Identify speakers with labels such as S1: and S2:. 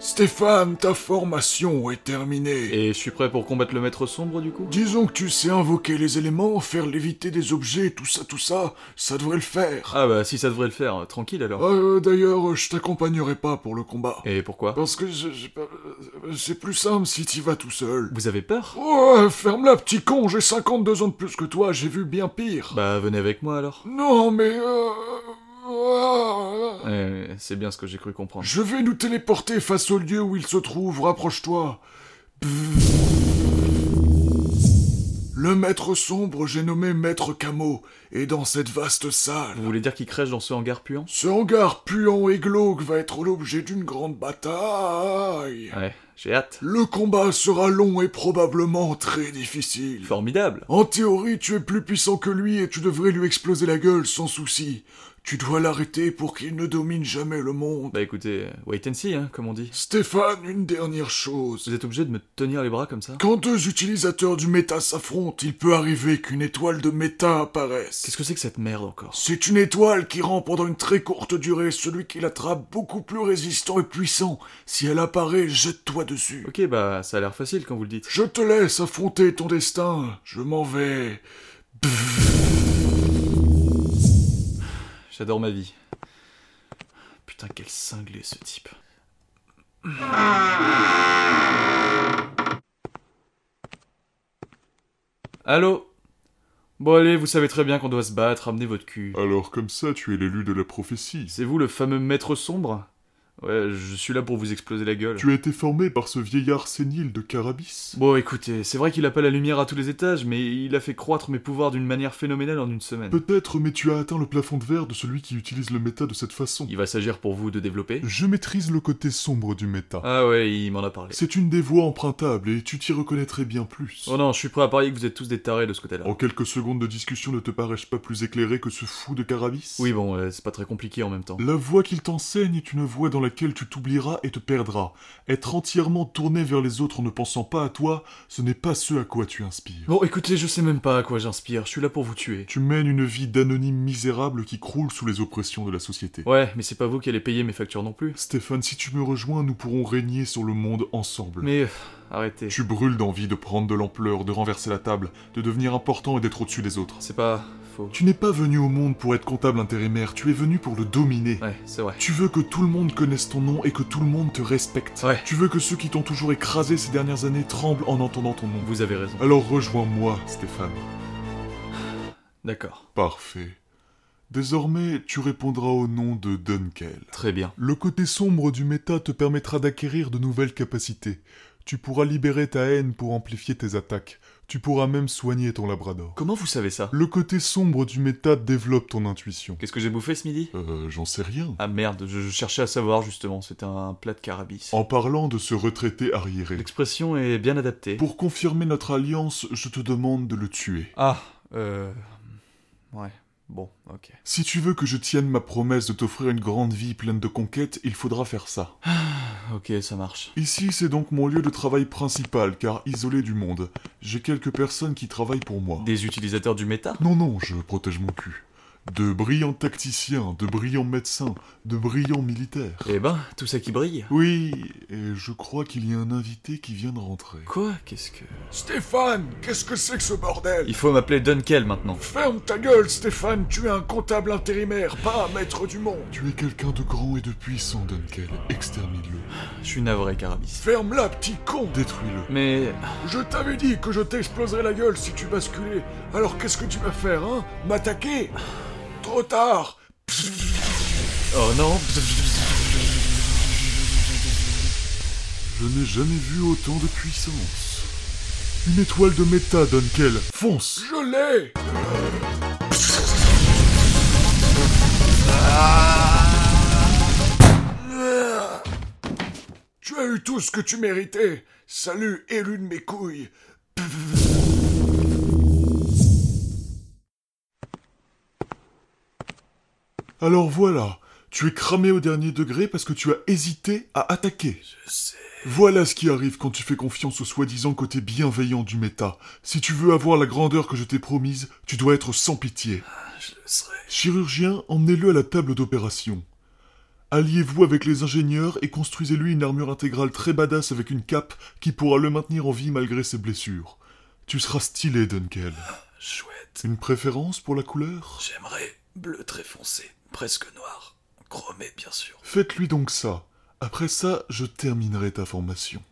S1: Stéphane, ta formation est terminée.
S2: Et je suis prêt pour combattre le maître sombre du coup
S1: Disons que tu sais invoquer les éléments, faire léviter des objets, tout ça, tout ça, ça devrait le faire.
S2: Ah bah si ça devrait le faire, euh, tranquille alors.
S1: Euh, D'ailleurs, euh, je t'accompagnerai pas pour le combat.
S2: Et pourquoi
S1: Parce que je- je- euh, c'est plus simple si t'y vas tout seul.
S2: Vous avez peur
S1: Oh, ferme-la, petit con, j'ai 52 ans de plus que toi, j'ai vu bien pire.
S2: Bah venez avec moi alors.
S1: Non, mais... euh, euh,
S2: Eh, c'est bien ce que j'ai cru comprendre.
S1: Je vais nous téléporter face au lieu où il se trouve, rapproche-toi. Le maître sombre, j'ai nommé Maître Camo, est dans cette vaste salle.
S2: Vous voulez dire qu'il crèche dans ce hangar puant
S1: Ce hangar puant et glauque va être l'objet d'une grande bataille.
S2: Ouais, j'ai hâte.
S1: Le combat sera long et probablement très difficile.
S2: Formidable
S1: En théorie, tu es plus puissant que lui et tu devrais lui exploser la gueule sans souci. Tu dois l'arrêter pour qu'il ne domine jamais le monde.
S2: Bah écoutez, euh, wait and see, hein, comme on dit.
S1: Stéphane, une dernière chose.
S2: Vous êtes obligé de me tenir les bras comme ça
S1: Quand deux utilisateurs du méta s'affrontent, il peut arriver qu'une étoile de méta apparaisse.
S2: Qu'est-ce que c'est que cette merde encore
S1: C'est une étoile qui rend pendant une très courte durée celui qui l'attrape beaucoup plus résistant et puissant. Si elle apparaît, jette-toi dessus.
S2: Ok, bah ça a l'air facile quand vous le dites.
S1: Je te laisse affronter ton destin. Je m'en vais.
S2: J'adore ma vie. Putain, quel cinglé ce type. Allô Bon allez, vous savez très bien qu'on doit se battre, amenez votre cul.
S3: Alors comme ça, tu es l'élu de la prophétie.
S2: C'est vous le fameux maître sombre Ouais, je suis là pour vous exploser la gueule.
S3: Tu as été formé par ce vieillard sénile de Carabis.
S2: Bon écoutez, c'est vrai qu'il a pas la lumière à tous les étages, mais il a fait croître mes pouvoirs d'une manière phénoménale en une semaine.
S3: Peut-être, mais tu as atteint le plafond de verre de celui qui utilise le méta de cette façon.
S2: Il va s'agir pour vous de développer
S3: Je maîtrise le côté sombre du méta.
S2: Ah ouais, il m'en a parlé.
S3: C'est une des voies empruntables et tu t'y reconnaîtrais bien plus.
S2: Oh non, je suis prêt à parier que vous êtes tous des tarés de ce côté-là.
S3: En quelques secondes de discussion, ne te parais-je pas plus éclairé que ce fou de Carabis
S2: Oui, bon, euh, c'est pas très compliqué en même temps.
S3: La voie qu'il t'enseigne est une voie dans laquelle tu t'oublieras et te perdras. Être entièrement tourné vers les autres en ne pensant pas à toi, ce n'est pas ce à quoi tu inspires.
S2: Bon, écoutez, je sais même pas à quoi j'inspire, je suis là pour vous tuer.
S3: Tu mènes une vie d'anonyme misérable qui croule sous les oppressions de la société.
S2: Ouais, mais c'est pas vous qui allez payer mes factures non plus.
S3: Stéphane, si tu me rejoins, nous pourrons régner sur le monde ensemble.
S2: Mais euh, arrêtez.
S3: Tu brûles d'envie de prendre de l'ampleur, de renverser la table, de devenir important et d'être au-dessus des autres.
S2: C'est pas faux.
S3: Tu n'es pas venu au monde pour être comptable intérimaire, tu es venu pour le dominer.
S2: Ouais, c'est vrai.
S3: Tu veux que tout le monde connaisse ton nom et que tout le monde te respecte.
S2: Ouais.
S3: Tu veux que ceux qui t'ont toujours écrasé ces dernières années tremblent en entendant ton nom.
S2: Vous avez raison.
S3: Alors rejoins-moi, Stéphane.
S2: D'accord.
S3: Parfait. Désormais, tu répondras au nom de Dunkel.
S2: Très bien.
S3: Le côté sombre du méta te permettra d'acquérir de nouvelles capacités. Tu pourras libérer ta haine pour amplifier tes attaques. Tu pourras même soigner ton labrador.
S2: Comment vous savez ça
S3: Le côté sombre du méta développe ton intuition.
S2: Qu'est-ce que j'ai bouffé ce midi
S3: Euh, j'en sais rien.
S2: Ah merde, je, je cherchais à savoir justement, c'était un plat de carabis.
S3: En parlant de ce retraité arriéré,
S2: L'expression est bien adaptée.
S3: Pour confirmer notre alliance, je te demande de le tuer.
S2: Ah, euh. Ouais, bon, ok.
S3: Si tu veux que je tienne ma promesse de t'offrir une grande vie pleine de conquêtes, il faudra faire ça.
S2: Ok, ça marche.
S3: Ici, c'est donc mon lieu de travail principal, car isolé du monde, j'ai quelques personnes qui travaillent pour moi.
S2: Des utilisateurs du méta
S3: Non, non, je protège mon cul. De brillants tacticiens, de brillants médecins, de brillants militaires.
S2: Eh ben, tout ça qui brille.
S3: Oui, et je crois qu'il y a un invité qui vient de rentrer.
S2: Quoi Qu'est-ce que.
S1: Stéphane, qu'est-ce que c'est que ce bordel
S2: Il faut m'appeler Dunkel maintenant.
S1: Ferme ta gueule, Stéphane, tu es un comptable intérimaire, pas un maître du monde.
S3: Tu es quelqu'un de grand et de puissant, Dunkel. Extermine-le.
S2: Je suis navré, carabis.
S1: Ferme-la, petit con
S3: Détruis-le.
S2: Mais
S1: Je t'avais dit que je t'exploserais la gueule si tu basculais. Alors qu'est-ce que tu vas faire, hein M'attaquer Trop tard
S2: oh non,
S3: Je n'ai jamais vu autant de puissance. Une étoile de méta, Dunkel. Fonce
S1: Je l'ai Tu as eu tout ce que tu méritais. Salut, élu de mes couilles.
S3: Alors voilà, tu es cramé au dernier degré parce que tu as hésité à attaquer.
S1: Je sais.
S3: Voilà ce qui arrive quand tu fais confiance au soi-disant côté bienveillant du méta. Si tu veux avoir la grandeur que je t'ai promise, tu dois être sans pitié.
S1: Je le serai.
S3: Chirurgien, emmenez-le à la table d'opération. Alliez-vous avec les ingénieurs et construisez-lui une armure intégrale très badass avec une cape qui pourra le maintenir en vie malgré ses blessures. Tu seras stylé, Dunkel.
S2: Chouette.
S3: Une préférence pour la couleur
S2: J'aimerais bleu très foncé, presque noir. Chromé, bien sûr.
S3: Faites-lui donc ça. Après ça, je terminerai ta formation.